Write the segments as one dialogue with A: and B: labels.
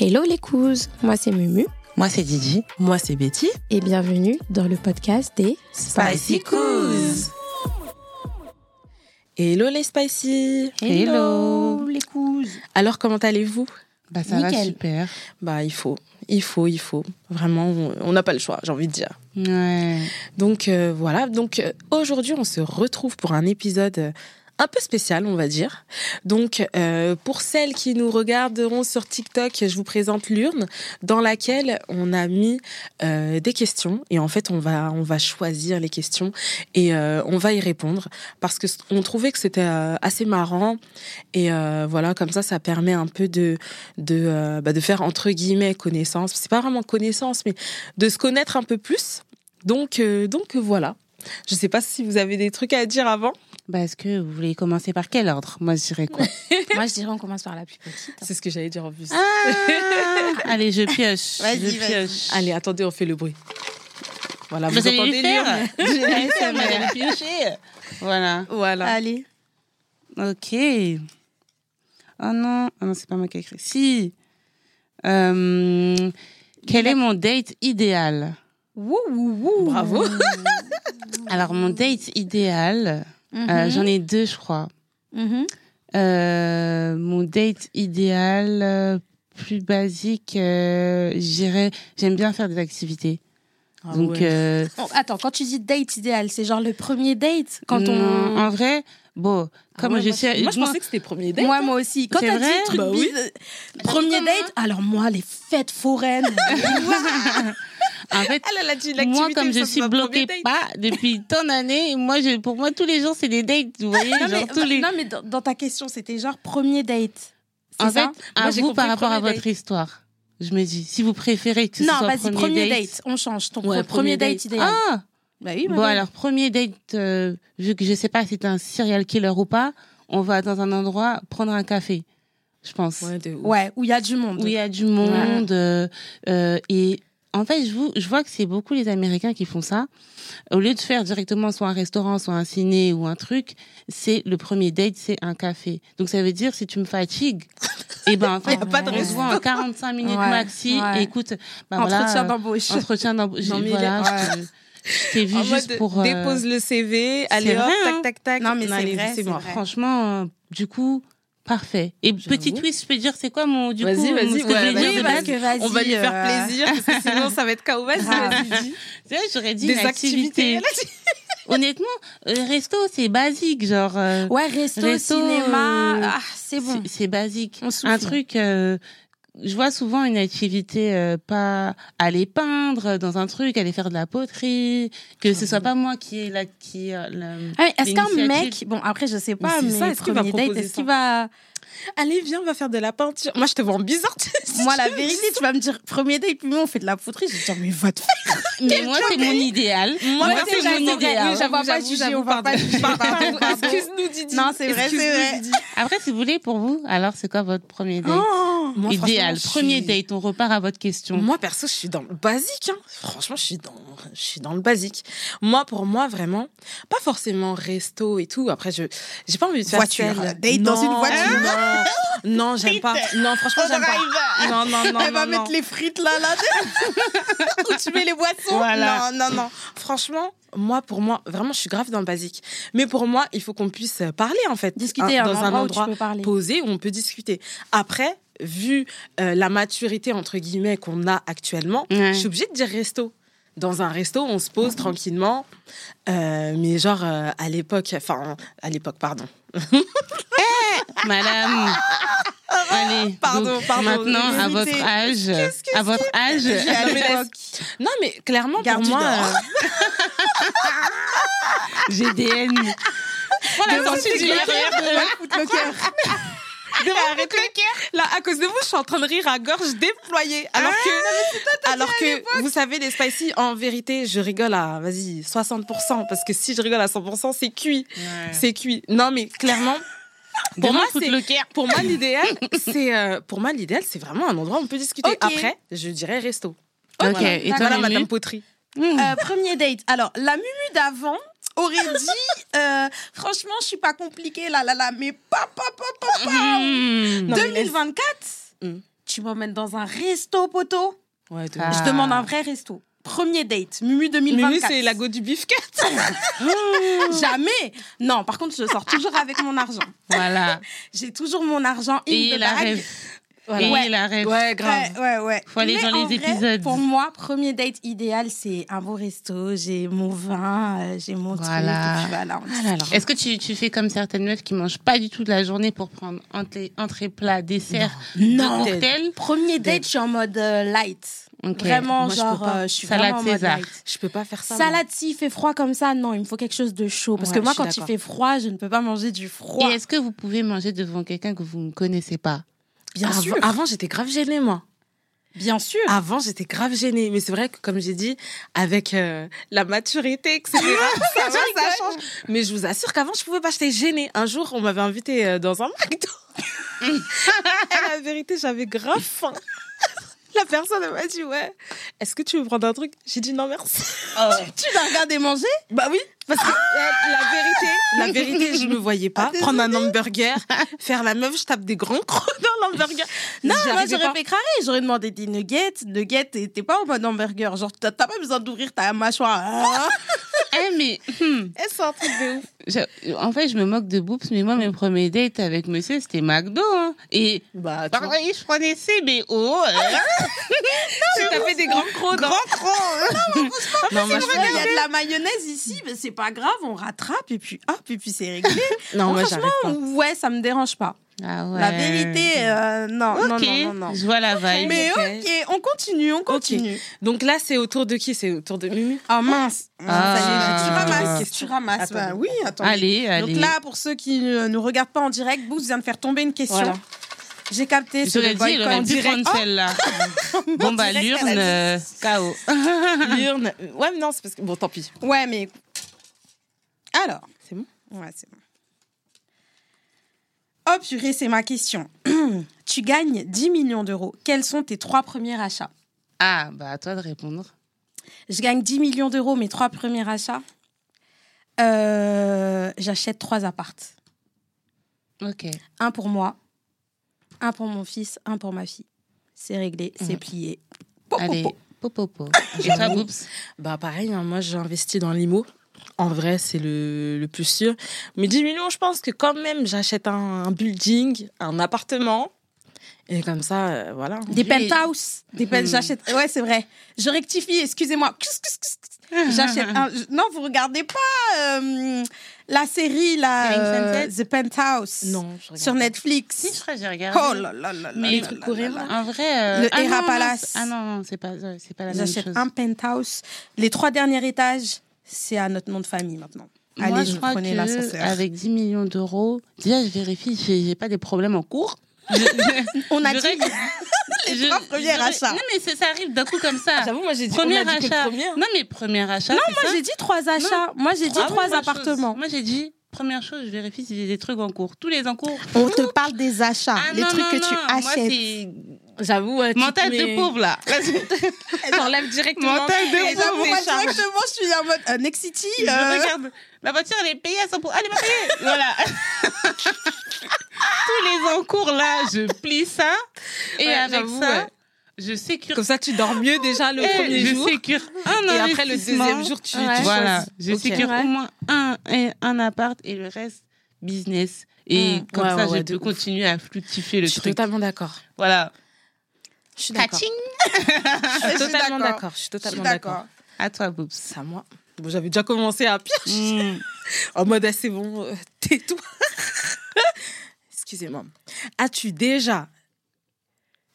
A: Hello les couzes, moi c'est Mumu
B: Moi, c'est Didi.
C: Moi, c'est Betty.
A: et bienvenue dans le podcast des
B: Couz
C: Hello les Spicy.
B: Hello.
D: les couzes.
C: Alors, comment allez-vous
B: Bah, ça va
D: Nickel.
B: super.
C: Bah, il faut, il faut, il faut. Vraiment, on- on n'a pas le choix, j'ai envie de dire.
B: Ouais.
C: Donc euh, voilà, donc euh, aujourd'hui on se retrouve pour un épisode euh, un peu spécial, on va dire. Donc euh, pour celles qui nous regarderont sur TikTok, je vous présente l'urne dans laquelle on a mis euh, des questions et en fait on va on va choisir les questions et euh, on va y répondre parce que c- on trouvait que c'était euh, assez marrant et euh, voilà comme ça ça permet un peu de de euh, bah, de faire entre guillemets connaissance. C'est pas vraiment connaissance mais de se connaître un peu plus. Donc, euh, donc voilà. Je sais pas si vous avez des trucs à dire avant.
B: Bah, est-ce que vous voulez commencer par quel ordre Moi, je dirais quoi
D: Moi, je dirais on commence par la plus petite.
C: C'est ce que j'allais dire en plus.
B: Ah Allez, je pioche.
D: Vas-y,
B: je
D: vas-y.
B: pioche.
C: Allez, attendez, on fait le bruit. Voilà, vous,
B: Vous allez
C: entendez
B: les faire
C: l'urne
B: Vous allez les faire, vous allez les piocher. Voilà.
C: Voilà.
D: Allez.
B: Ok. Oh non, Ah non c'est pas moi qui ai écrit. Si. Euh, quel est mon date idéal
C: Bravo.
B: Alors, mon date idéal, euh,
A: Mm-hmm.
B: j'en ai deux, je crois.
D: Mhm.
B: Euh, mon date idéal, euh, plus basique, euh, j'irais. J'aime bien faire des activités. Donc, euh,
D: Oh, attends, quand tu dis date idéal, c'est genre le premier date quand
B: non,
D: on. Ah
B: en vrai, bon, comme
D: ouais,
B: je
D: moi,
B: sais,
C: moi, je pensais que c'était premier date.
D: Moi, moi aussi. Quand
B: C'est
D: t'as dit
B: vrai
D: truc
C: Bah oui.
D: bise- premier date,
B: hein.
D: alors moi, les fêtes foraines.
B: en fait,
C: elle, elle a dit
B: moi,
C: l'activité,
B: comme
C: ça,
B: je
C: c'est
B: suis
C: ma
B: bloquée
C: première date.
B: pas depuis tant d'années, moi, je, pour moi, tous les jours, c'est des dates. Vous voyez,
D: non,
B: genre
D: mais,
B: tous les.
D: non, mais dans, dans ta question, c'était genre premier date. C'est
B: en fait,
D: ça
B: à
C: Moi, j'ai
B: vous
C: compris
B: par rapport à
C: premier
B: votre
C: date.
B: histoire. Je me dis, si vous préférez que ce
D: Non,
B: soit
D: vas-y,
B: premier,
D: premier, date. on change. Ton
B: Ouais,
D: pro- premier date, idéal.
B: Ah,
D: bah oui, bah
B: Bon,
D: oui.
B: alors, premier date, euh, vu que je sais pas si c'est un serial killer ou pas, on va dans un endroit prendre un café, je pense.
C: Ouais, de ouf.
D: Ouais, où il y a du monde.
B: Où il y a du monde. euh, euh, et en fait, je, vous, je vois que c'est beaucoup les Américains qui font ça. Au lieu de faire directement soit un restaurant, soit un ciné ou un truc, c'est le premier date, c'est un café. Donc, ça veut dire, si tu me fatigues, et ben, enfin,
C: Il y a pas de
B: on se voit en 45 minutes
D: Ouais,
B: maxi.
D: ouais.
B: Écoute, bah,
D: Entretien
B: voilà,
D: d'embauche.
B: entretien d'embauche.
C: Non, mais il est-
B: Voilà, je- je t'ai vu
C: En
B: juste
C: mode,
B: pour. euh,
C: dépose le CV, allez
B: c'est
C: hop,
B: vrai,
C: tac,
B: hein.
C: tac, tac.
D: Non, mais c'est
C: allez,
D: vrai, c'est
C: moi.
D: vrai.
B: Franchement, euh, du coup, parfait. Et petit twist, je peux dire, c'est quoi mon du
C: Vas-y,
B: coup
C: vas-y,
B: mon- ce que
C: ouais,
B: je voulais
C: vas-y,
B: dire de
C: vas-y.
D: Oui,
B: base
D: parce que vas-y.
C: On va lui faire
D: euh,
C: plaisir, parce que sinon ça va être chaos. Vas-y,
D: Grave.
C: vas-y, dis.
B: Tu vois, J'aurais dit
C: Des
B: une
C: activités.
B: activité.
C: Elle a dit-
B: Honnêtement, euh, resto, c'est basique, genre. euh,
D: Ouais, resto,
B: Resto,
D: cinéma,
B: euh,
D: ah, c'est bon.
B: c'est- C'est basique.
D: On souffle.
B: Un truc. euh, je vois souvent une activité, euh, pas aller peindre dans un truc, aller faire de la poterie, que ce soit pas moi qui est là, qui. euh, la-
D: Ah, mais est-ce qu'un mec,
B: L'initiative.
D: bon après je sais pas,
C: Mais
D: mais,
C: c'est ça, est-ce qu'il va
D: premier date,
C: proposer
D: est-ce
C: ça
D: qu'il va,
C: Allez, viens, on va faire de la peinture. Moi, je te vois en bizarre. tu sais.
D: moi la vérité, tu vas me dire premier date, puis moi on fait de la fouterie, je vais te dire mais va te faire.
B: Mais moi, c'est mon idéal.
C: Moi,
B: Moi, c'est mon idéal.
C: j'avoue,
D: On va pas
C: j'avoue,
D: juger,
C: j'avoue,
D: on va pas
C: pardon.
D: juger,
C: Pardon,
D: pardon, pardon.
C: Excuse-nous, Didi.
D: Non, c'est vrai, c'est
C: Excuse-nous,
D: vrai.
C: Didi.
B: Après, si vous voulez, pour vous, alors c'est quoi votre premier date
C: Oh, moi,
B: Idéal.
C: franchement, je
B: Premier
C: suis-
B: date, on repart à votre question.
C: Moi, perso, je suis dans le basique. hein. Franchement, je suis, dans, je suis dans le basique. Moi, pour moi, vraiment, pas forcément resto et tout. Après, je j'ai pas envie de faire
D: Voiture,
C: celle-
D: date dans
C: Non,
D: une voiture.
C: Non, non, j'aime pas. Non, franchement, j'aime pas. Non, non, non.
D: Elle va
C: non, non.
D: mettre les frites là là. Où tu mets les boissons
B: Voilà.
D: Non, non, non.
C: Franchement, moi, pour moi, vraiment, je suis grave dans le basique. Mais pour moi, il faut qu'on puisse parler, en fait.
D: Discuter
C: Hein,
D: à
C: dans un endroit,
D: où tu peux parler.
C: posé, on peut discuter. Après, vu euh, la maturité entre guillemets qu'on a actuellement,
B: Ouais.
C: je suis obligée de dire resto. Dans un resto, on se pose tranquillement, Euh, mais genre euh, à l'époque, enfin à l'époque, pardon.
B: Madame. Allez.
C: Ah, Pardon,
B: donc,
C: pardon,
B: Maintenant, à
D: vérité.
B: votre âge, à votre âge,
D: À
C: Non, mais la-
D: l'époque.
C: Non, mais clairement
D: Garde
C: pour
D: du
C: moi,
D: Nord.
C: euh,
B: GDN.
C: la sortie du devant arrêter. Là, à cause de vous, je suis en train de rire à gorge déployée. Alors que, alors que vous savez, les spicy, en vérité, je rigole à, vas-y, 60%. Parce que si je rigole à 100%, c'est cuit. C'est cuit. Non, mais clairement, pour moi, c'est. Pour moi, l'idéal, c'est euh, pour moi l'idéal, c'est vraiment un endroit où on peut discuter.
D: Ok.
C: Après, je dirais resto.
B: Ok,
C: Voilà.
B: et toi,
C: voilà,
B: Mimi
C: Madame Poterie.
B: Mm.
D: Euh, premier date. Alors, la mumu d'avant aurait dit, euh, franchement, je suis pas compliquée, là, là, là, mais papa, papa,
B: Hmm.
C: Non, mais laisse-
D: 2024,
C: Hmm.
D: Tu m'emmènes dans un resto, poteau.
C: Ouais, de
B: Ah.
C: ouf.
D: Je demande un vrai resto. Premier date, Mumu
C: Mais
D: 2024.
C: lui, c'est la go du beefcake.
D: Jamais. Non, par contre, je sors toujours avec mon argent.
B: Voilà.
D: J'ai toujours mon argent. Une
B: Et
D: de
B: la
D: bague.
B: rêve.
C: Voilà.
B: Et
D: Ouais.
B: la rêve.
C: Ouais,
D: Ouais, ouais, ouais.
B: Faut aller
D: Mais
B: dans
D: en
B: les
D: vrai,
B: épisodes.
D: Pour moi, premier date idéal, c'est un beau resto. J'ai mon vin, euh, j'ai mon
B: Voilà.
D: truc. et puis voilà, on
C: Ah
D: discute.
B: Est-ce que tu, tu fais comme certaines meufs qui mangent pas du tout de la journée pour prendre entrée, entrée plat, dessert,
D: Non.
B: cocktail
D: Premier date, je suis en mode euh, light.
B: Ok.
D: Vraiment,
C: Moi, je
D: genre,
C: peux pas.
D: euh, je suis
B: Salade
D: vraiment en mode
B: César.
D: light.
C: Je peux pas faire ça. moi.
D: Salade, s'il fait froid comme ça, non, il me faut quelque chose de chaud. Parce
C: Ouais,
D: que moi,
C: je suis
D: quand il
C: d'accord.
D: fait froid, je ne peux pas manger du
B: Et
D: froid.
B: est-ce que vous pouvez manger devant quelqu'un que vous ne connaissez pas
D: Bien
C: Avant-
D: sûr,
C: Avant, j'étais grave gênée, moi.
D: bien sûr.
C: Avant, j'étais grave gênée. Mais c'est vrai que, comme j'ai dit, avec euh, la maturité, etc., ça, va, ça change. Mais je vous assure qu'avant, je pouvais pas. J'étais gênée. Un jour, on m'avait invitée euh, dans un McDo. Et la vérité, j'avais grave faim. La personne elle m'a dit ouais. Est-ce que tu veux prendre un truc J'ai dit non merci.
D: Tu vas regarder manger
C: Bah oui, parce que euh, la vérité, la vérité, je me voyais pas prendre un hamburger, faire la meuf, je tape des grands crocs dans l'hamburger.
D: Non,
C: J'y
D: moi
C: arrivais
D: j'aurais
C: pas.
D: fait crarer, j'aurais demandé des nuggets. Nuggets, et t'es pas en mode hamburger. Genre, t'as t'as pas besoin d'ouvrir ta mâchoire. hein.
C: Ah,
B: Eh mais
C: Eh, c'est un truc de ouf.
B: je- en fait je me moque de Boops mais moi mes premiers dates avec monsieur c'était McDo hein. et
D: Ah,
C: Bah, tu
B: Pardon, je prenais CBO.
C: tapais des grands crocs. dans- Non, moi, je
D: Ouais, Il y a de la mayonnaise ici, mais c'est pas grave, on rattrape et puis hop, et puis c'est réglé.
C: Non, moi,
D: Franchement,
C: j'arrive pas.
D: ouais, ça me dérange pas.
B: Ah ouais.
D: La vérité, euh, non, non,
B: Ok,
D: non, non, non.
B: je vois la vibe.
D: Mais
C: Ok.
D: ok, on continue, on continue.
C: Donc là, c'est autour de qui C'est autour de Mumu
D: Ah mince,
B: Ah.
D: Ça y est, tu
C: Ah.
D: ramasses, tu ramasses.
C: Attends.
D: Bah oui, attends.
B: Allez, allez.
D: Donc là, pour ceux qui ne nous regardent pas en direct, Boost vient de faire tomber une question.
C: Voilà.
D: J'ai capté. c'est
B: J'aurais
D: le
B: dit, il
D: boycott
B: aurait dû
D: direct. Ah!
B: prendre celle-là. bon, bah,
D: Direct,
B: l'urne,
D: elle a
B: euh, KO.
C: L'urne. Ouais, mais non, c'est parce que. Bon, tant pis.
D: Oh, ouais, mais alors.
C: C'est bon
D: Ouais, c'est bon. Oh purée, c'est ma question. tu gagnes 10 millions d'euros. Quels sont tes trois premiers achats
B: Ah, bah, à toi de répondre.
D: Je gagne 10 millions d'euros, mes trois premiers achats. Euh, J'achète trois appartes.
B: Ok.
D: Un pour moi, un pour mon fils, un pour ma fille. C'est réglé, c'est
B: Mhm.
D: plié. Po, po,
B: Allez,
D: po.
B: popopo.
D: Ah,
B: Et toi, Boops
C: Bah, pareil, hein, moi, j'ai investi dans l'IMO. En vrai, c'est le, le plus sûr. Mais 10 millions, je pense que quand même, j'achète un, un building, un appartement. Et comme ça, euh, voilà.
D: Des
B: Dieu
D: penthouses. Des pen-
B: Mhm.
D: J'achète. Ouais, c'est vrai. Je rectifie, excusez-moi. Cus, cus, cus, cus. J'achète un. je- Non, vous regardez pas euh, la série, la,
B: Selling
D: euh,
B: Sunset
D: The Penthouse.
C: Non, je regarde.
D: Sur
B: Si, je
D: Netflix.
B: crois que j'ai regardé.
D: Oh là là là là.
B: Mais
D: là
B: le truc
D: là
C: coréen,
D: là.
B: En vrai. euh,
D: Le
B: ah, non,
D: Era
B: non,
D: Palace.
B: c'est- Ah non, non, c'est pas, ouais, c'est pas la même chose.
D: J'achète un penthouse. Les trois derniers étages, c'est à notre nom de famille maintenant. Allez,
B: Moi,
D: je
B: je crois
D: prenais
B: que
D: l'ascenseur.
B: avec 10 millions d'euros, déjà, je vérifie, j'ai j'ai pas des problèmes en cours. Je- je-
D: On a
B: je
D: dit
B: règle- je-
D: trois premiers
B: je règle-
D: achats. Ah,
B: Non, mais c'est- ça arrive d'un coup comme ça.
C: Ah, J'avoue, moi, j'ai dit, on a
B: Premier
C: dit que le
B: achat.
C: premier.
B: Non, mais premier achat.
D: Non,
B: c'est
D: moi
B: ça.
D: j'ai dit trois achats. Moi j'ai dit
B: Ah oui,
D: trois
B: moi,
D: appartements.
B: chose. Moi, j'ai dit, première chose, je vérifie si j'ai des trucs en cours. Tous les en cours. Ah
D: On te parle des achats, les
B: non,
D: trucs
B: non,
D: que tu
B: non, moi,
D: achètes.
B: c'est
C: J'avoue, ouais, tu te
B: Mental de
C: mets-
B: pauvre, là.
C: T'enlèves directement.
B: Mental de
C: tes-
D: Et là,
B: pauvre.
D: moi,
C: tes charges.
D: directement, je suis en mode euh, Next City.
B: Je
D: euh,
B: regarde. Ma voiture, elle est payée à 100%. Elle est pas payée. Voilà. Tous les encours, là, je plie ça. Et
C: Ouais,
B: avec
C: j'avoue,
B: ça,
C: ouais.
B: je sécure.
C: Comme ça, tu dors mieux déjà le
B: Eh,
C: premier
B: je
C: jour.
B: sécure un
C: Et après, le
B: investissement.
C: deuxième jour, tu, tu
D: Ouais.
B: Voilà.
C: choisis.
B: Je
C: Ok.
B: sécure au moins un, un, un appart et le reste, business. Et
D: Mm.
B: comme
C: Ouais,
B: ça,
C: ouais,
B: je
C: ouais, de
B: peux
C: ouf.
B: continuer à fructifier
C: Je
B: le
C: suis
B: truc.
C: totalement d'accord.
B: Voilà.
C: Je suis d'accord. Je suis
D: Je suis
C: totalement
D: d'accord.
C: d'accord. Je suis
D: Je suis
C: totalement d'accord.
D: d'accord.
B: À Mm. toi, Boobs.
C: C'est à moi. Bon, j'avais déjà commencé à pire. En mode, ah, c'est bon, euh, tais-toi. Excusez-moi. As-tu déjà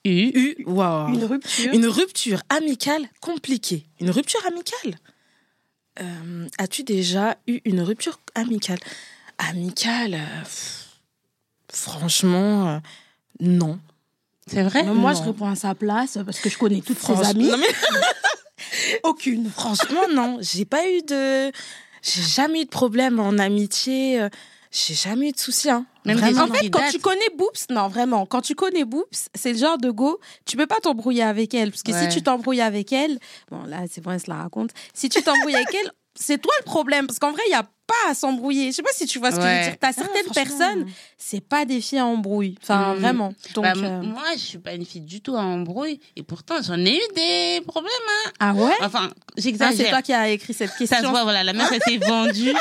B: U.
C: eu waouh,
D: Une rupture.
C: une rupture amicale compliquée Une rupture amicale Euh, As-tu déjà eu une rupture amicale Amicale euh, pff, Franchement, euh, non.
B: C'est vrai
D: Mais moi,
C: Non.
D: je réponds à sa place parce que je connais toutes ses
C: Franchement-
D: amies.
C: Non, mais
D: Aucune.
C: Franchement, non. J'ai pas eu de. J'ai jamais eu de problème en amitié. euh, J'ai jamais eu de soucis. Hein.
B: Même
C: Vraiment,
B: des
D: En
C: non.
B: gens
D: fait,
B: qui
D: quand
B: datent.
D: tu connais Boops, non, vraiment, quand tu connais Boops, c'est le genre de go, tu peux pas t'embrouiller avec elle. Parce que
B: Ouais.
D: si tu t'embrouilles avec elle, bon, là, c'est bon, elle se la raconte. Si tu t'embrouilles avec elle, c'est toi le problème. Parce qu'en vrai, il y a pas à s'embrouiller. Je sais pas si tu vois ce que je veux
B: Ouais.
D: dire. T'as certaines
C: franchement.
D: personnes, c'est pas des filles à embrouille. Enfin,
B: Mm.
D: vraiment. Donc,
B: Bah, m-
D: euh,
B: Moi, je suis pas une fille du tout à embrouille. Et pourtant, j'en ai eu des problèmes. hein.
D: Ah ouais
B: Enfin,
D: Ça, C'est
B: j'exagère.
D: toi qui as écrit cette
B: Ça se
D: question.
B: voit, voilà, la meuf, elle s'est vendue.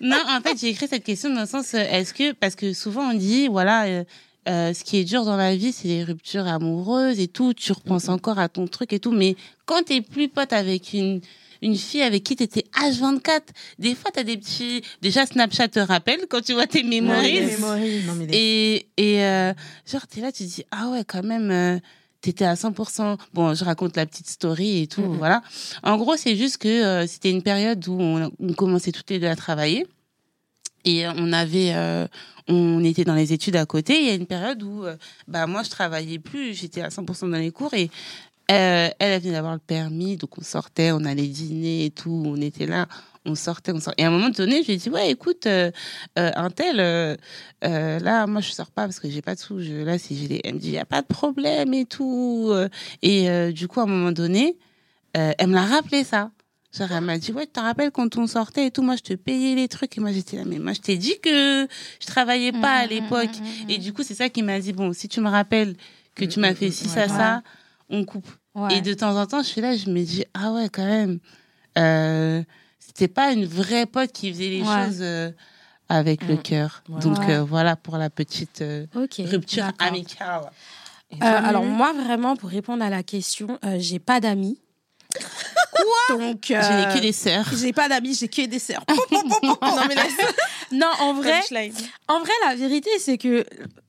B: Non, en fait, j'ai écrit cette question dans le sens, euh, est-ce que, parce que souvent on dit, voilà, euh, euh, ce qui est dur dans la vie, c'est les ruptures amoureuses et tout, tu repenses
D: Mm-hmm.
B: encore à ton truc et tout, mais quand t'es plus pote avec une, une fille avec qui t'étais H24, des fois t'as des petits, déjà Snapchat te rappelle quand tu vois tes
C: Ouais,
B: mémories.
C: yes.
D: Non, mais les-
B: Et, et euh, genre, t'es là, tu te dis, ah ouais, quand même, euh, t'étais à 100%. Bon, je raconte la petite story et tout,
C: Mhm.
B: voilà. En gros, c'est juste que euh, c'était une période où on, on commençait toutes les deux à travailler. Et euh, on avait, euh, on était dans les études à côté. Il y a une période où, euh, bah moi, je travaillais plus, j'étais à 100% dans les cours et euh, elle, elle venait d'avoir le permis, donc on sortait, on allait dîner et tout, on était là, on sortait, on sortait. Et à un moment donné, je lui ai dit, ouais, écoute, euh, euh, un tel, euh, euh, là, moi, je sors pas parce que j'ai pas de sous. Je, là, si j'ai des... Elle me dit, y a pas de problème et tout. Euh, Et euh, du coup, à un moment donné, euh, elle me l'a rappelé ça. Genre, elle m'a dit, ouais, tu te rappelles quand on sortait et tout, moi, je te payais les trucs. Et moi, j'étais là, mais moi, je t'ai dit que je
D: Mmh,
B: travaillais pas
A: Mmh,
B: à l'époque. Et du coup, c'est ça qui m'a dit, bon, si tu me rappelles que tu m'as fait ci, ça,
D: ouais.
B: ça, on coupe.
D: Ouais.
B: Et de temps en temps, je suis là, je me dis, ah ouais, quand même, euh, c'était pas une vraie pote qui faisait les
D: Ouais.
B: choses euh, avec le cœur.
C: Ouais.
B: Donc
D: Ouais.
B: euh, voilà pour la petite euh,
A: Ok.
B: rupture
D: d'accord.
B: amicale.
D: Euh,
A: Euh,
D: alors
A: alors moi vraiment pour répondre à la question, euh, j'ai pas d'amis.
D: donc, euh,
B: Je n'ai que des sœurs.
D: j'ai pas d'amis, j'ai que des sœurs.
C: non, mais laisse
D: non, en vrai,
C: punchline.
D: en vrai, la vérité, c'est que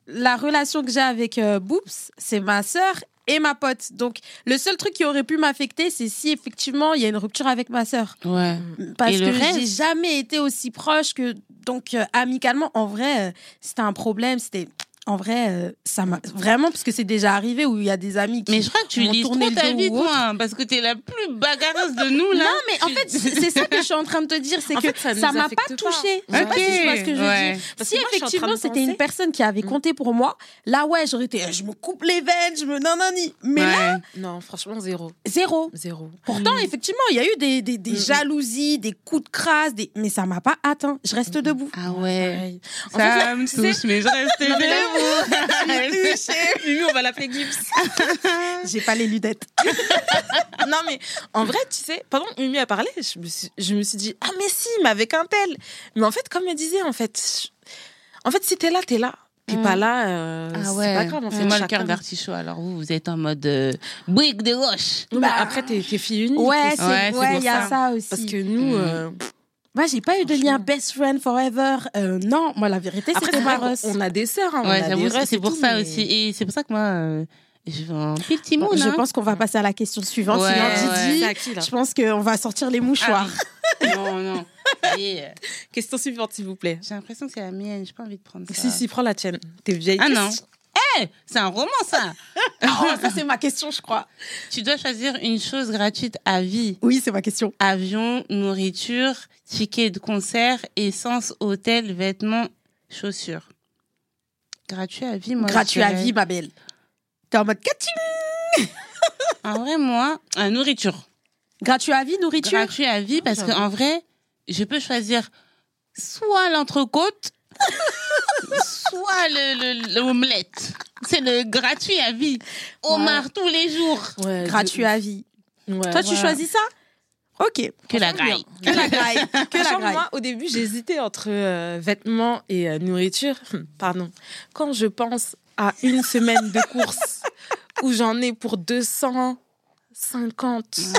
D: la relation que j'ai avec euh, Boops, c'est ma sœur et ma pote. Donc, le seul truc qui aurait pu m'affecter, c'est si effectivement il y a une rupture avec ma sœur.
B: Ouais.
D: Parce
B: Et le
D: que
B: reste
D: j'ai jamais été aussi proche que donc euh, amicalement. En vrai, euh, c'était un problème. C'était en vrai, euh, ça m'a vraiment parce que c'est déjà arrivé où il y a des amis qui.
B: Mais je crois que tu
D: On
B: lis trop
D: tournait le
B: ta
D: dos
B: vie,
D: ou
B: toi, hein, parce que t'es la plus bagarreuse de nous, là.
D: non, mais en fait, c'est c'est ça que je suis en train de te dire, c'est
C: En
D: que
C: fait, ça nous
D: ça m'a
C: affecte pas.
D: pas touchée. Je sais pas
B: Ok,
D: si tu vois ce que je veux
B: ouais.
D: dire.
C: Parce
D: si
C: que moi, je suis en train
D: effectivement
C: de
D: c'était
C: penser- Mm.
D: une personne qui avait compté pour moi, là ouais, j'aurais été, euh, je me coupe les veines, je me nanani. Mais là,
B: Ouais.
C: Non, franchement, zéro.
D: zéro.
C: Zéro.
D: Pourtant, effectivement, il y a eu des, des, des
C: Mm.
D: jalousies, des coups de crasse, des... mais ça m'a pas atteint. Je reste
C: Mm.
D: debout.
B: Ah ouais.
C: Pareil.
B: Ça me touche, mais je reste debout.
C: Mimi, on va l'appeler Gibbs.
D: J'ai pas les lunettes.
C: non, mais en vrai, tu sais, pendant que Mimi a parlé, je me suis, je me suis dit, ah, mais si, mais avec un tel. Mais en fait, comme elle disait, en fait, je- en fait si t'es là, t'es là. T'es pas là, euh, c'est pas grave. en
B: C'est
C: fait,
B: Ah moi le
C: chacun-
B: cœur d'artichaut, alors vous, vous êtes en mode euh, brique de roche.
C: Non, mais après, t'es t'es fille unique.
D: Ouais,
C: aussi.
D: c'est
B: Ouais,
D: ouais,
B: c'est
D: il
B: pour
D: y a
B: ça.
D: ça, aussi.
C: Parce que nous.
B: Mm.
C: euh,
D: moi, j'ai pas eu de lien best friend forever. Euh, non, moi la vérité,
C: après,
D: c'était
C: c'est
D: ma
C: vrai
D: Russ.
C: qu'on a des sœurs. hein, on
B: Ouais,
C: a
B: j'avoue,
C: des
B: c'est-
C: restes
B: c'est
C: et
B: pour
C: tout,
B: ça
C: mais-
B: aussi. Et c'est pour ça que moi, euh, je veux un petit
D: Bon,
B: moon.
D: je
B: hein.
D: pense qu'on va passer à la question suivante.
B: Ouais,
D: sinon,
B: ouais.
D: Didi,
C: C'est à qui, là
D: je pense qu'on va sortir les mouchoirs.
B: Ah non, non. Et, euh,
C: Question suivante, s'il vous plaît.
B: J'ai l'impression que c'est la mienne, j'ai pas envie de prendre ça.
C: Si, si, prends la tienne. T'es vieille.
B: Ah non. Eh, c'est un roman ça.
D: Ah, ça, c'est ma question, je crois.
B: tu dois choisir une chose gratuite à vie.
D: Oui, c'est ma question.
B: Avion, nourriture, ticket de concert, essence, hôtel, vêtements, chaussures. Gratuit à vie, moi. je
D: Gratuit à
B: dirais.
D: vie, ma belle. T'es en mode catching
B: En vrai, moi, euh, nourriture.
D: Gratuit à vie, nourriture.
B: Gratuit à vie parce que
C: j'avoue.
B: en vrai, je peux choisir soit l'entrecôte, soit le- le- l'omelette. C'est le gratuit à vie. Omar tous les jours.
C: Ouais,
D: Gratuit
C: de-
D: à vie.
C: Ouais.
D: Toi, tu choisis ça Euh, Ok.
B: Que la graille.
D: Que la graille. Que la
C: Franchement,
D: graille.
C: moi, au début, j'hésitais entre euh, vêtements et euh, nourriture. Hum, Pardon. Quand je pense à une semaine de course où j'en ai pour 250 et
B: Ouais.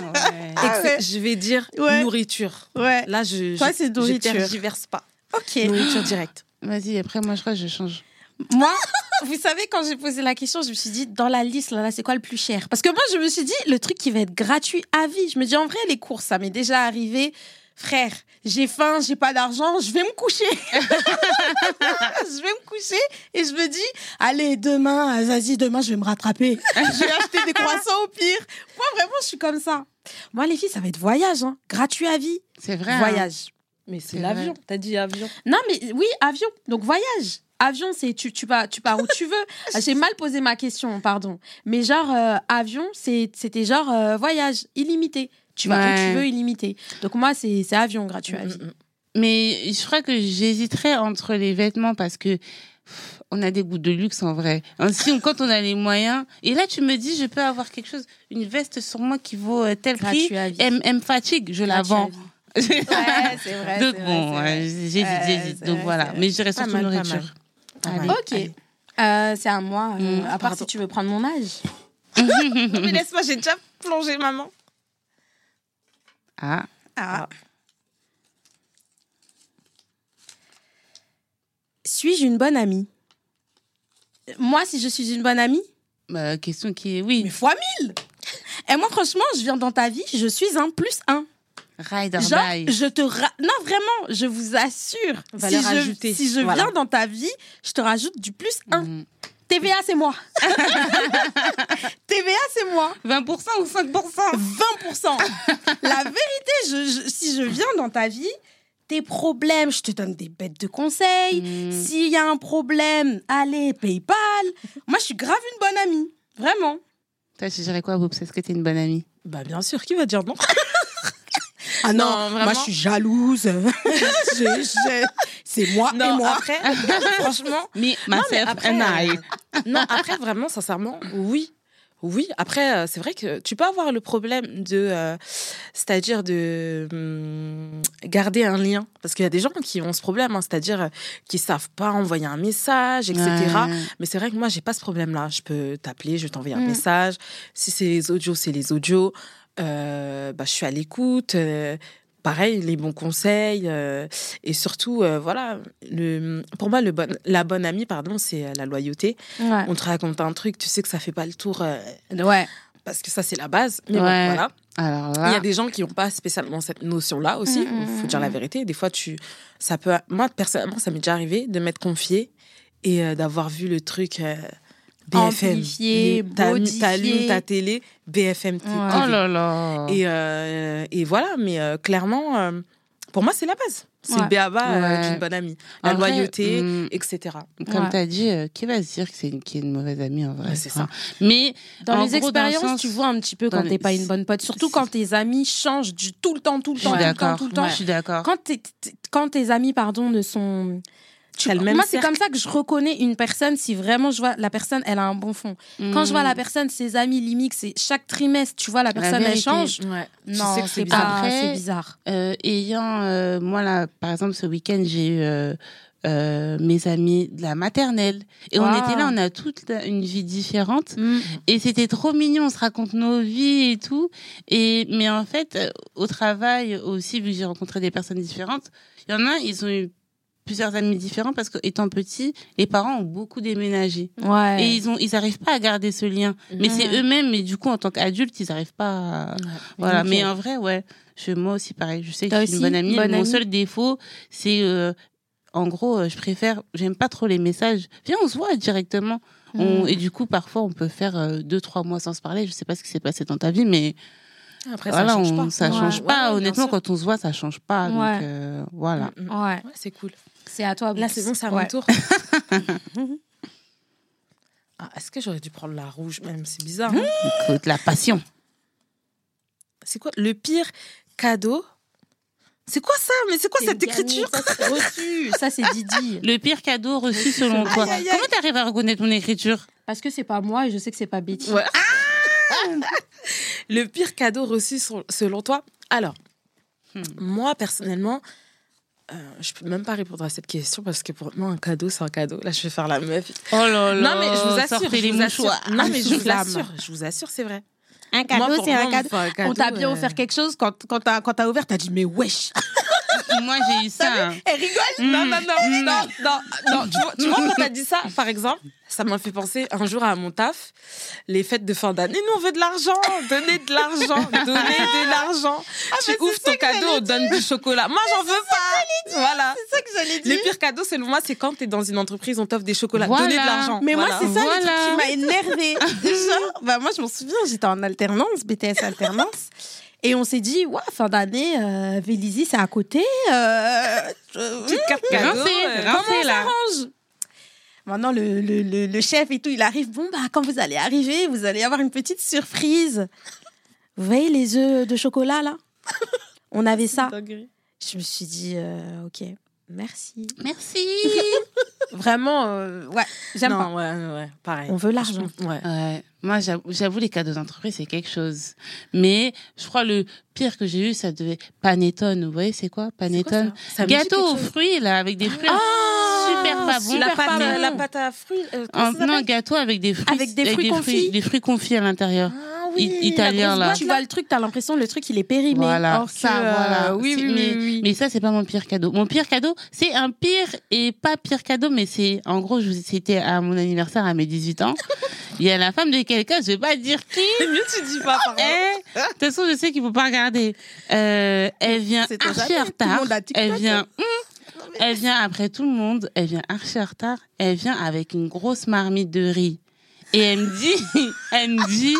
D: Ah
C: que
D: ouais.
C: je vais dire
D: Ouais.
C: nourriture.
D: Ouais.
C: Là, je
D: Toi,
C: je-
D: c'est
C: je
D: nourriture.
C: tergiverse pas.
D: Ok.
C: Nourriture directe.
B: Vas-y, après, moi, je crois que je change.
D: Moi, vous savez, quand j'ai posé la question, je me suis dit, dans la liste, là, là c'est quoi le plus cher Parce que moi, je me suis dit, le truc qui va être gratuit à vie. Je me dis, en vrai, les courses, ça m'est déjà arrivé. Frère, j'ai faim, j'ai pas d'argent, je vais me coucher. je vais me coucher et je me dis, allez, demain, euh, vas-y, demain, je vais me rattraper. je vais acheter des croissants Ah, au pire. Moi, vraiment, je suis comme ça. Moi, les filles, ça va être voyage, hein. gratuit à vie.
B: C'est vrai. hein.
D: Voyage.
C: Ah. Mais c'est
B: C'est
C: l'avion. T'as dit avion.
D: Non, mais oui, avion. Donc voyage. Avion, c'est tu, tu, pars, tu pars où tu veux. Ah, J'ai mal posé ma question, pardon. Mais genre, euh, avion, c'est- c'était genre euh, voyage illimité. Tu vas où
B: Ouais.
D: tu veux, illimité. Donc moi, c'est c'est avion gratuit à vie.
C: Mm, mm.
B: mais je crois que j'hésiterais entre les vêtements parce que pff, on a des goûts de luxe en vrai. Hein, si on- quand on a les moyens, et là tu me dis, je peux avoir quelque chose, une veste sur moi qui vaut euh, tel prix.
D: Gratuit à vie.
B: Elle, elle me fatigue, je la
D: Gratuit à
B: vends.
D: vie.
C: Ouais, c'est vrai.
B: Donc
C: c'est vrai,
B: bon,
C: c'est vrai.
B: ouais, j'hésite,
C: Ouais,
B: j'hésite.
C: c'est
B: Donc
C: vrai, c'est
B: voilà,
C: vrai.
B: mais je dirais
C: Pas
B: surtout
C: mal, pas
B: nourriture.
C: mal.
B: Allez.
D: Ok. Euh, c'est à moi, euh,
B: Mm.
D: à part si tu veux prendre mon âge.
C: Non, Mais laisse-moi, j'ai déjà plongé maman.
B: Ah,
C: Ah.
D: Suis-je une bonne amie Moi, si je suis une bonne amie,
B: bah, question qui est oui.
D: mais fois mille Et Eh, moi, franchement, je viens dans ta vie, je suis un plus un.
B: Ride or
D: Genre,
B: die.
D: je te... ra- Non, vraiment, je vous assure.
C: Valeur
D: si je,
C: ajoutée.
D: Si je
C: Voilà. Mm.
D: viens dans ta vie, je te rajoute du plus un.
B: Mhm.
D: TVA, c'est moi. TVA, c'est moi.
B: 20% ou 5%
D: 20%. La vérité, je- je- si je viens dans ta vie, tes problèmes, je te donne des bêtes de conseils.
C: Hmm.
B: Mm.
D: S'il y a un problème, allez, PayPal. Moi, je suis grave une bonne amie. Vraiment.
B: Toi, je dirais quoi, Bob Est-ce que t'es une bonne amie
C: Bah bien sûr, qui va dire non
D: Ah
C: non, moi, je suis
D: jalouse. c'est moi
C: Non, Ah, après, franchement,
B: Me,
C: Non, mais
B: myself
C: après,
B: and I.
C: euh, non, après, vraiment, sincèrement, oui. Oui, après, euh, c'est vrai que tu peux avoir le problème de. euh, c'est-à-dire de. hum, garder un lien. Parce qu'il y a des gens qui ont ce problème, hein, c'est-à-dire euh, qui savent pas envoyer un message, etc.
B: Ouais.
C: Mais c'est vrai que moi, j'ai pas ce problème-là. Je peux t'appeler, je t'envoie un
D: Mm.
C: message. Si c'est les audios, c'est les audios. Euh, bah, je suis à l'écoute. Euh, pareil, les bons conseils. euh, et surtout, euh, voilà, le, pour moi, le bon, la bonne amie, pardon, c'est euh, la loyauté.
D: Ouais.
C: On te raconte un truc, tu sais que ça fait pas le tour euh,
D: Ouais.
C: parce que ça, c'est la base. Mais bon,
B: Ouais.
C: voilà.
B: Alors
C: Il y
B: là, Oh
C: a des gens qui n'ont pas spécialement cette notion-là aussi.
D: Mm, mm,
C: Il faut dire la vérité. Des fois, tu, ça peut. Moi, personnellement, ça m'est déjà arrivé de m'être confiée et euh, d'avoir vu le truc euh, BFM.
D: Amplifié,
C: Les- t'as-
D: modifié.
C: T'allumes ta télé, BFM TV.
D: Ouais.
B: oh là là.
C: Et, euh, et voilà, mais euh, clairement, euh, pour moi, c'est la base. C'est
D: Ouais.
C: le BABA
B: Ouais.
C: euh, d'une bonne amie. La
B: En vrai,
C: loyauté,
B: mm,
C: etc.
B: Comme
D: Ouais.
B: t'as dit, euh, qui va se dire que c'est une, qui est une mauvaise amie en vrai
C: Ouais, c'est ça.
B: enfin, Mais
D: Dans
B: En
D: les
B: gros, dans le
D: expériences,
B: sens-
D: tu vois un petit peu
B: dans
D: quand
B: les-
D: t'es pas une bonne pote. Surtout quand tes amis changent du tout le temps, tout le
B: je
D: temps,
B: suis
D: tout le temps,
B: d'accord.
D: tout le temps.
B: Je suis d'accord.
D: Quand, t'es- t'es- quand tes amis, pardon, ne sont... Tu-
C: T'as le même
D: Moi, c'est
C: cercle.
D: comme ça que je reconnais une personne si vraiment je vois la personne, elle a un bon fond. Quand je
B: Hmm.
D: vois la personne, ses amis limites, c'est chaque trimestre, tu vois la personne, elle
B: vérité.
D: change.
C: Tu
D: Non,
C: sais que
D: c'est
C: bizarre.
D: pas-
B: Après-
D: c'est bizarre.
B: Euh, ayant, euh, moi là, par exemple, ce week-end, j'ai eu euh, euh, mes amis de la maternelle. Et on
D: Wow.
B: était là, on a toutes la- une vie différente.
D: Mm.
B: Et c'était trop mignon, on se raconte nos vies et tout. Et mais en fait, euh, au travail aussi, vu que j'ai rencontré des personnes différentes, il y en a, ils ont eu plusieurs amis différents parce que étant petits, les parents ont beaucoup déménagé
D: Ouais.
B: et ils ont, ils arrivent pas à garder ce lien. Mais
D: Mhm.
B: c'est eux-mêmes, et du coup, en tant qu'adultes, ils arrivent pas. À... Voilà.
D: Ok.
B: Mais euh, en vrai, ouais, je, moi aussi pareil. Je sais que
D: Toi
B: je suis une
D: aussi,
B: bonne amie.
D: bonne
B: Mon
D: amie.
B: seul défaut, c'est euh, en gros, euh, je préfère, j'aime pas trop les messages. Viens, on se voit directement. On,
D: Mm.
B: et du coup, parfois, on peut faire euh, deux, trois mois sans se parler. Je sais pas ce qui s'est passé dans ta vie, mais
C: Après,
B: voilà,
C: ça change
B: on-
C: pas.
B: ça
D: Ouais.
B: change pas.
C: Ouais, ouais, bien
B: Honnêtement,
C: sûr.
B: quand on se voit, ça change pas.
D: Ouais.
B: Donc euh, voilà.
C: Mm, mm.
D: Ouais,
C: Ouais, c'est cool.
D: c'est à toi.
C: Là,
D: Boobs.
C: c'est bon, c'est à
D: Ouais.
C: mon tour. Ah, Est-ce que j'aurais dû prendre la rouge même C'est bizarre. hein.
B: Écoute, la passion.
C: C'est quoi le pire cadeau C'est quoi ça Mais c'est quoi
D: C'est
C: cette
D: gagné,
C: écriture
D: ça, c'est reçu. Ça, c'est Didi.
B: Le pire cadeau reçu selon toi.
C: aïe, aïe.
B: Comment t'arrives à reconnaître mon écriture
D: Parce que c'est pas moi et je sais que c'est pas Betty.
C: Ouais. Le pire cadeau reçu sur- selon toi Alors,
B: Hmm.
C: moi personnellement, euh, je peux même pas répondre à cette question parce que pour moi un cadeau c'est un cadeau. Là, je vais faire la meuf.
B: Oh là là.
C: non mais je vous assure,
B: sortez
C: je
B: les
C: vous assure.
B: mouchoirs.
C: Non mais je vous
B: Flamme.
C: assure, je vous assure, c'est vrai.
D: Un
C: Moi,
D: cadeau,
C: pour
D: c'est
C: moi,
D: un cadeau.
C: enfin,
D: On t'a bien
C: euh,
D: offert quelque chose quand, quand t'as quand t'as ouvert, t'as dit mais wesh.
B: Moi, j'ai eu ça. hein.
C: Elle rigole Non, non, non,
D: Hmm.
C: non, non, non. Tu vois, tu vois, quand t'as dit ça, par exemple, ça m'a fait penser un jour à mon taf, les fêtes de fin d'année. Nous, on veut de l'argent, donnez de l'argent, donnez de l'argent. tu ouvres ton cadeau, on donne du chocolat. Moi, j'en veux pas. Voilà.
D: C'est ça que j'allais
C: Le pire cadeau, selon moi, c'est quand t'es dans une entreprise, on t'offre des chocolats.
B: Voilà.
C: Donnez de l'argent.
D: Mais
C: Voilà.
D: moi, c'est ça le truc
B: Voilà.
D: qui m'a énervée. Genre, bah, moi, je m'en souviens, j'étais en alternance, BTS alternance. Et on s'est dit, ouais, fin d'année, euh, Vélizy, c'est à côté. Euh, euh,
C: Petite carte
B: Rincez,
C: cadeau. euh,
B: rincez là.
D: orange. Maintenant, le, le, le, le chef et tout, il arrive. Bon, bah, quand vous allez arriver, vous allez avoir une petite surprise. Vous voyez les œufs de chocolat, là On avait ça.
C: dinguerie.
A: Je me suis dit, euh, ok, merci.
B: Merci.
A: Vraiment, euh, ouais, j'aime pas.
C: Non, ouais, ouais, pareil.
A: On veut l'argent.
C: Ouais.
B: Ouais. Moi, j'avoue- j'avoue, les cadeaux d'entreprise, c'est quelque chose. Mais je crois le pire que j'ai eu, ça devait. Panettone, vous voyez, c'est quoi Panettone
C: Ça me dit
B: Gâteau aux
C: quelque chose. Ah,
B: fruits, là, avec des fruits. Ah, super pas bon.
C: La
B: Super
C: pâte,
B: pas
C: la
B: bon.
C: pâte à fruits. euh, comment
B: Un,
C: ça s'appelle
B: non, gâteau avec des fruits.
A: Avec des fruits confits.
B: Des fruits confits à l'intérieur.
C: Ah
B: I-
C: oui,
B: italien, là.
C: la grosse boîte,
A: Tu vois le truc, t'as l'impression le truc il est périmé.
B: Voilà,
A: Or que,
B: ça,
A: euh,
B: voilà.
A: Oui,
B: C'est-
A: oui,
B: mais,
A: oui, oui.
B: mais ça, c'est pas mon pire cadeau. Mon pire cadeau, c'est un pire et pas pire cadeau, mais c'est, en gros, je vous- c'était à mon anniversaire à mes 18 ans. Il y a la femme de quelqu'un, je vais pas dire qui.
C: mieux tu dis pas. pardon.
A: Hein?
B: Eh, De toute façon, je sais qu'il faut pas regarder. Euh, elle vient
A: C'est ton
B: archi
A: jamais,
B: en
A: tout le
B: retard.
A: monde a TikTok,
B: Elle vient,
A: hein.
B: hum, elle vient après tout le monde. Elle vient archi en retard. Elle vient avec une grosse marmite de riz. Et elle me dit, elle me dit,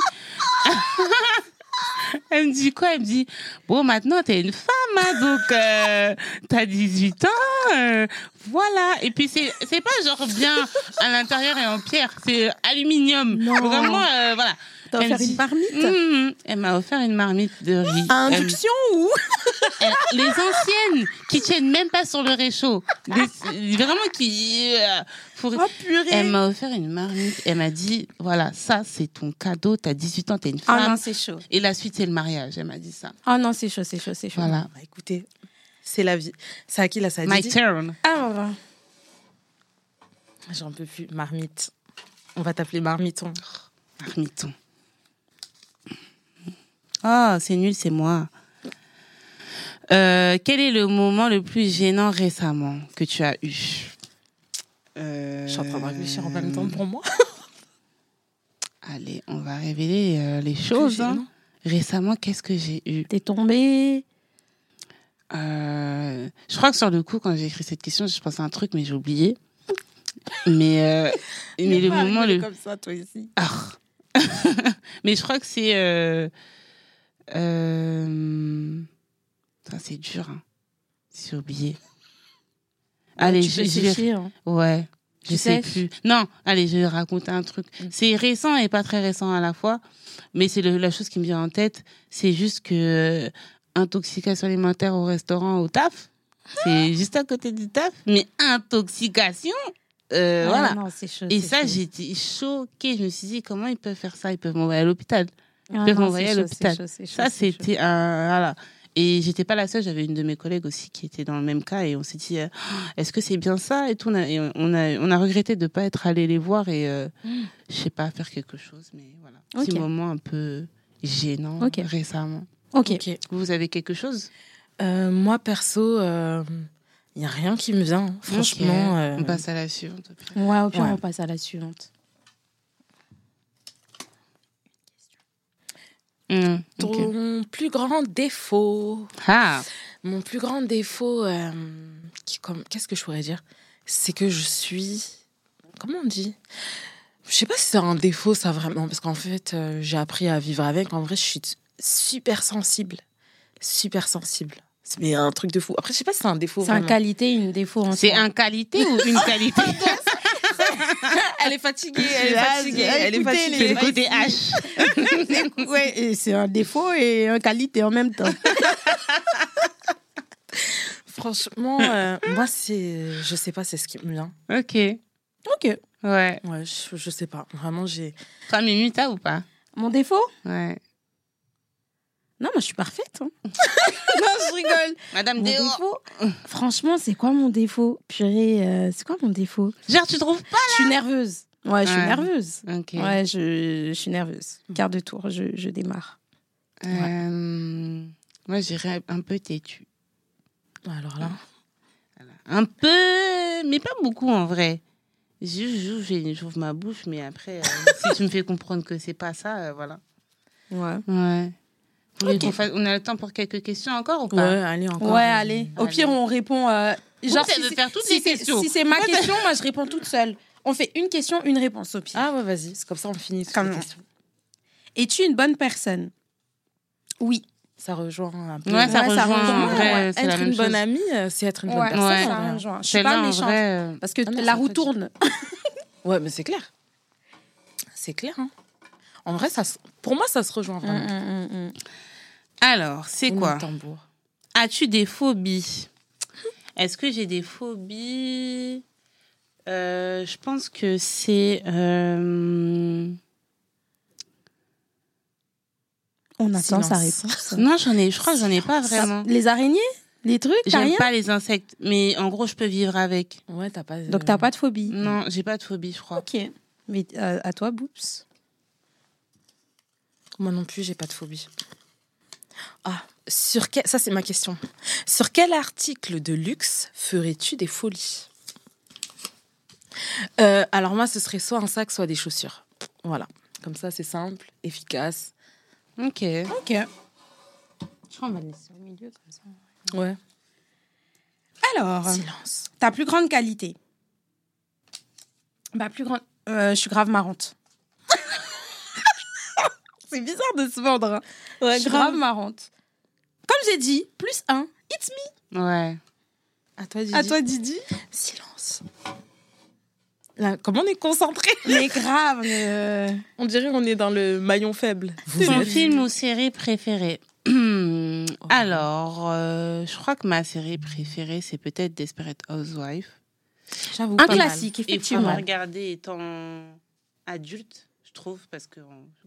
B: elle me dit quoi Elle me dit, bon, maintenant, t'es une femme, hein, donc euh, t'as 18 ans, euh, voilà. Et puis, c'est c'est pas genre bien à l'intérieur et en pierre, c'est aluminium.
A: Non.
B: Vraiment, euh, voilà.
A: T'as
B: Elle me
A: offert
B: dit-
A: une marmite
B: Mhm. Elle m'a offert une marmite de riz.
A: À
B: Elle-
A: induction ou
B: elle- les anciennes qui tiennent même pas sur le réchaud. Des- vraiment qui. euh, pour-
A: Oh purée
B: Elle m'a offert une marmite. Elle m'a dit voilà, ça c'est ton cadeau. T'as 18 ans, t'es une
A: Ah non,
B: femme.
A: c'est chaud.
B: Et la suite c'est le mariage. Elle m'a dit ça.
A: Ah non, c'est chaud, c'est chaud, c'est chaud.
B: Voilà.
C: Bah, écoutez, c'est la vie. C'est à qui là ça a
B: My
C: dit
B: turn.
A: Ah, bah, bah.
C: J'en peux plus, marmite. On va t'appeler marmiton.
B: Marmiton. Ah, c'est nul, c'est moi. Euh, quel est le moment le plus gênant récemment que tu as eu
C: Je suis en train de réfléchir en même temps pour moi.
B: Allez, on va révéler euh, les choses. hein.
C: gênant.
B: Récemment, qu'est-ce que j'ai eu
A: T'es tombée.
B: Euh, Je crois que sur le coup, quand j'ai écrit cette question, je pensais à un truc, mais j'ai oublié. Mais, euh, mais le moment le.
C: Comme ça, toi ici.
B: Ah. mais je crois que c'est. euh, euh, Ça, c'est dur. hein. J'ai oublié. Allez,
A: tu
B: je,
A: peux
B: je vais-
A: sécher, hein.
B: Ouais. Je
A: Tu Mm.
B: sais
A: sèches
B: plus. Non, allez, je vais raconter un truc. C'est récent et pas très récent à la fois, mais c'est le- la chose qui me vient en tête. C'est juste que euh, intoxication alimentaire au restaurant, au taf,
A: Ah.
B: c'est juste à côté du taf, mais intoxication, euh,
A: Ah
B: voilà.
A: non, c'est chaud.
B: Et
A: c'est
B: ça,
A: chaud.
B: j'étais choquée. Je me suis dit, comment ils peuvent faire ça Ils peuvent m'envoyer à l'hôpital.
A: Ah
B: peuvent
A: non,
B: m'envoyer
A: c'est
B: à
A: chaud,
B: l'hôpital.
A: c'est chaud, c'est chaud,
B: Ça,
A: c'est chaud.
B: c'était un. Voilà. Et j'étais pas la seule, j'avais une de mes collègues aussi qui était dans le même cas et on s'est dit, euh, Oh, est-ce que c'est bien ça Et tout, on a, et on a, on a regretté de pas être allé les voir et euh, je sais pas, faire quelque chose, mais voilà.
A: Mm. Ok.
B: Petit moment un peu gênant
A: Ok.
B: récemment.
A: Ok.
C: Ok.
B: Vous avez quelque chose
C: Euh, moi, perso, il n'y a rien qui me vient. hein. Franchement.
B: Ok. Bah,
C: euh,
B: On passe à la suivante. après.
A: Ouais, au pire,
C: Ouais.
A: on passe à la suivante. Mm,
B: Hum, ok.
C: Ton plus grand défaut.
B: Ah
C: Mon plus grand défaut, euh, qui- comme- qu'est-ce que je pourrais dire C'est que je suis. Comment on dit Je sais pas si c'est un défaut, ça vraiment, parce qu'en fait, euh, j'ai appris à vivre avec. En vrai, je suis super sensible. Super sensible. C'est mais un truc de fou. Après, je sais pas si c'est un défaut.
A: C'est un
C: vraiment.
A: qualité, une défaut. en
B: C'est
A: soi.
B: un qualité ou une qualité
C: Elle est fatiguée, elle est
A: Là,
C: fatiguée,
A: là,
C: elle est
A: écoutez,
C: fatiguée.
B: C'est le côté H.
A: ouais, et c'est un défaut et un qualité en même temps.
C: Franchement, euh, moi, c'est. Je sais pas, c'est ce qui me vient.
B: Ok.
A: Ok.
B: Ouais.
C: Ouais, je, je sais pas. Vraiment, j'ai.
B: Toi, Mimi, t'as ou pas
A: Mon défaut
B: Ouais.
A: Non, moi je suis parfaite. hein. non, je rigole.
B: Madame
A: Mon
B: Déo.
A: défaut Franchement, c'est quoi mon défaut Purée, euh, c'est quoi mon défaut
B: Genre, tu trouves pas
A: Je suis nerveuse. Ouais, je suis
B: Ouais. Mm.
A: nerveuse.
B: Ok.
A: Ouais, je, je suis nerveuse. Quart de tour, je, je démarre.
B: Euh, moi, j'irais un peu têtu.
C: Alors là.
B: Un peu, mais pas beaucoup en vrai. Juste, j'ouvre- j'ai- j'ouvre ma bouche, mais après, euh, si tu me fais comprendre que c'est pas ça, euh, voilà.
A: Ouais.
B: Ouais. Vous voulez
A: Ok.
B: qu'on fasse- on a le temps pour quelques questions encore ou
C: Bah. Ouais,
B: pas
C: allez, encore.
A: Ouais, allez. Au
B: Allez.
A: pire, on répond. euh, genre,
B: ça
A: si
B: veut
A: c'est-
B: faire toutes
A: si
B: les
A: c'est-
B: questions.
A: Si c'est ma question, moi je réponds toute seule. On fait une question, une réponse au pire.
C: Ah ouais, vas-y, c'est comme ça on finit. toutes
A: Comme-
C: les questions.
A: Es-tu une bonne personne Oui.
C: Ça rejoint un peu.
B: Ouais, ça
A: Ouais, ça
B: rejoint.
A: rejoint.
B: en vrai,
C: Ouais,
B: c'est la
C: Être
B: même
C: une bonne
B: chose.
C: amie, euh, c'est être une bonne
A: Ouais,
C: personne.
B: ouais.
A: ça,
C: en
A: ça
C: vrai.
A: rejoint. Je suis
B: Celle-là,
A: pas
B: en
A: méchante.
B: vrai, euh,
A: Parce que
C: Ah non,
A: la
C: c'est
A: roue
C: pas
A: tourne.
C: Ouais, mais c'est clair. C'est clair. hein. En Mm,
D: Mm,
C: vrai, ça se- pour moi, ça se rejoint vraiment.
B: Alors, c'est
C: Ou
B: quoi
C: le tambour.
B: As-tu des phobies Est-ce que j'ai des phobies Euh, Je pense que c'est. euh,
D: On attend
C: Silence.
D: sa réponse.
B: Non, j'en ai. Je crois que j'en ai pas vraiment.
D: Les araignées Les trucs T'as
B: J'aime
D: rien
B: pas les insectes, mais en gros, je peux vivre avec.
C: Ouais, t'as pas. euh,
D: Donc
B: Euh.
D: t'as pas de phobie
B: Non, j'ai pas de phobie, je crois.
D: Ok. Mais euh, à toi, Boops.
C: Moi non plus, j'ai pas de phobie. Ah, sur quel... ça c'est ma question. Sur quel article de luxe ferais-tu des folies Euh, Alors moi, ce serait soit un sac, soit des chaussures. Voilà. Comme ça, c'est simple, efficace.
B: Ok. Je
D: Ok.
B: crois qu'on va le laisser
A: É
B: au milieu comme ça.
C: Ouais.
D: Alors,
C: Silence.
D: ta plus grande qualité Ma plus grande. Euh, je suis grave marrante. C'est bizarre de se vendre. hein. je suis grave marrante. Comme j'ai dit, plus un. It's me.
B: Ouais.
C: À toi, Didi.
D: À toi, Didi.
C: Silence. Là, comment on est concentré
D: Mais grave. euh,
C: On dirait on est dans le maillon faible.
B: Ton film ou série préférée Alors, euh, je crois que ma série préférée, c'est peut-être Desperate Housewife.
C: J'avoue.
D: Un
C: pas mal.
D: classique,
B: Et faut la
D: effectivement.
B: regarder étant adulte, je trouve, parce qu'on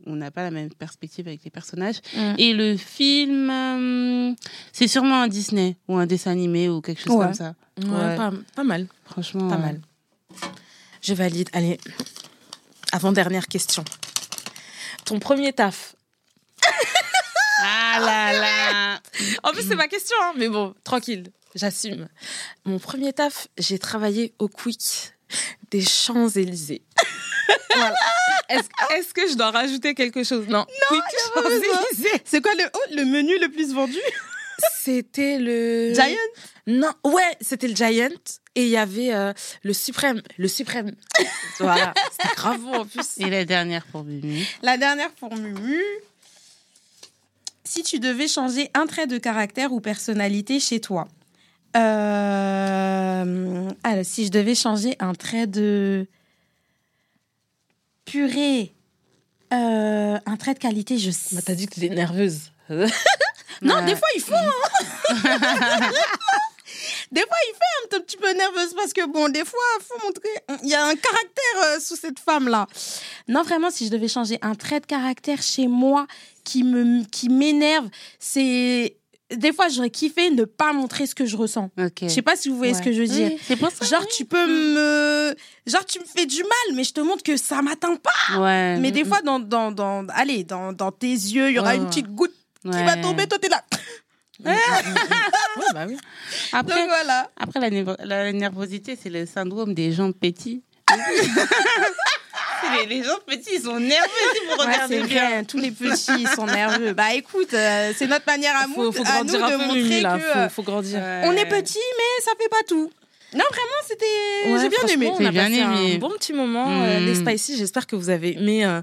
B: on n'a pas la même perspective avec les personnages.
D: Mm.
B: Et le film, euh, c'est sûrement un Disney ou un dessin animé ou quelque chose
D: Ouais.
B: comme ça.
C: Ouais,
B: Ouais.
C: Pas, pas mal.
B: Franchement,
C: Pas
B: ouais.
C: mal. Je valide. Allez, avant-dernière question. Ton premier taf.
B: Ah là là
C: En plus, c'est ma question, hein, mais bon, tranquille, j'assume. Mon premier taf, j'ai travaillé au Quick des Champs-Élysées. Voilà. Est-ce est-ce que je dois rajouter quelque chose Non, Quick Champs-Élysées.
D: C'est quoi le, oh, le menu le plus vendu
C: C'était le.
D: Giant
C: Non, ouais, c'était le Giant. Et il y avait euh, le Suprême. Le Suprême. voilà, c'était grave bon en plus.
B: Et la dernière pour Bimi.
D: La dernière pour Mumu. Si tu devais changer un trait de caractère ou personnalité chez toi. Euh, Alors, si je devais changer un trait de purée, euh, un trait de qualité, je sais.
C: Bah, T'as dit que t'étais nerveuse.
D: Non,
B: Ouais.
D: des fois, il faut. hein. des fois, il fait un tout petit peu nerveuse parce que, bon, des fois, il faut montrer. Il y a un caractère euh, sous cette femme-là. Non, vraiment, si je devais changer un trait de caractère chez moi qui me qui m'énerve, c'est. Des fois, j'aurais kiffé ne pas montrer ce que je ressens.
B: Ok.
D: Je sais pas si vous voyez ce
B: Ouais.
D: que je veux dire.
B: Oui, C'est pour ça.
D: Genre, tu peux me. Genre, tu me fais du mal, mais je te montre que ça m'atteint pas.
B: Ouais.
D: Ah, Mais des fois, dans, dans, dans, allez, dans, dans tes yeux, il y aura
C: Ouais,
D: une
C: ouais.
D: petite goutte qui
B: Ouais.
D: va tomber. Toi, t'es là.
C: Ouais, bah oui.
B: Après,
D: Donc voilà.
B: Après, la, nervo- la nervosité, c'est le syndrome des gens petits. C'est les, les gens petits, ils sont nerveux si vous
D: Ouais,
B: regardez
D: c'est
B: bien.
D: vrai, tous les petits ils sont nerveux. Bah écoute, euh, c'est notre manière à,
C: faut,
D: mou-
C: faut
D: à nous
C: grandir un
D: de
C: peu
D: montrer
C: Mimi, là.
D: que
C: Faut,
D: euh,
C: faut grandir.
D: on est petit, mais ça fait pas tout. Non, vraiment, c'était.
C: Ouais,
D: J'ai bien
C: franchement,
D: aimé.
C: On a
B: J'ai bien
C: passé un
B: aimé.
C: bon petit moment. euh,
B: Mm.
C: les Spicy, j'espère que vous avez aimé euh,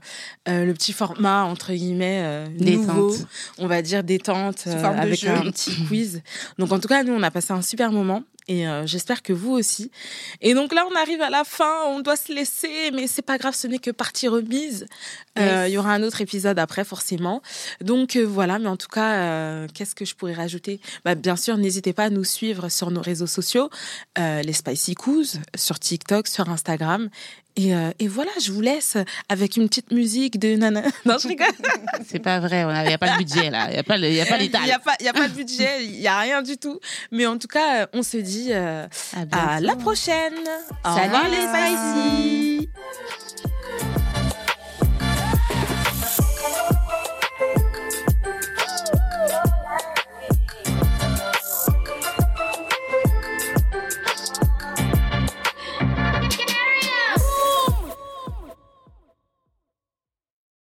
C: euh, le petit format, entre guillemets, euh, nouveau.
B: Détente.
C: On va dire détente, euh,
D: forme de
C: avec
D: jeu.
C: un petit quiz. Donc, en tout cas, nous, on a passé un super moment. Et euh, j'espère que vous aussi. Et donc là, on arrive à la fin. On doit se laisser, mais c'est pas grave. Ce n'est que partie remise. Euh, Il y aura un autre épisode après, forcément. Donc euh, voilà. Mais en tout cas, euh, qu'est-ce que je pourrais rajouter bah, Bien sûr, n'hésitez pas à nous suivre sur nos réseaux sociaux. Euh, les Spicy Coos sur TikTok, sur Instagram. Et, euh, et voilà, je vous laisse avec une petite musique de Nana. Non, je rigole.
B: C'est pas vrai, il n'y a pas de budget là, il n'y a pas, le- y a pas
C: Il
B: l'étal.
C: n'y a, pas- il y a pas de budget, il n'y a rien du tout. Mais en tout cas, euh, on se dit euh,
B: Ah, bien
C: à la prochaine. Au
D: Salut
C: revoir,
D: les
C: les Spicy.
D: spicy.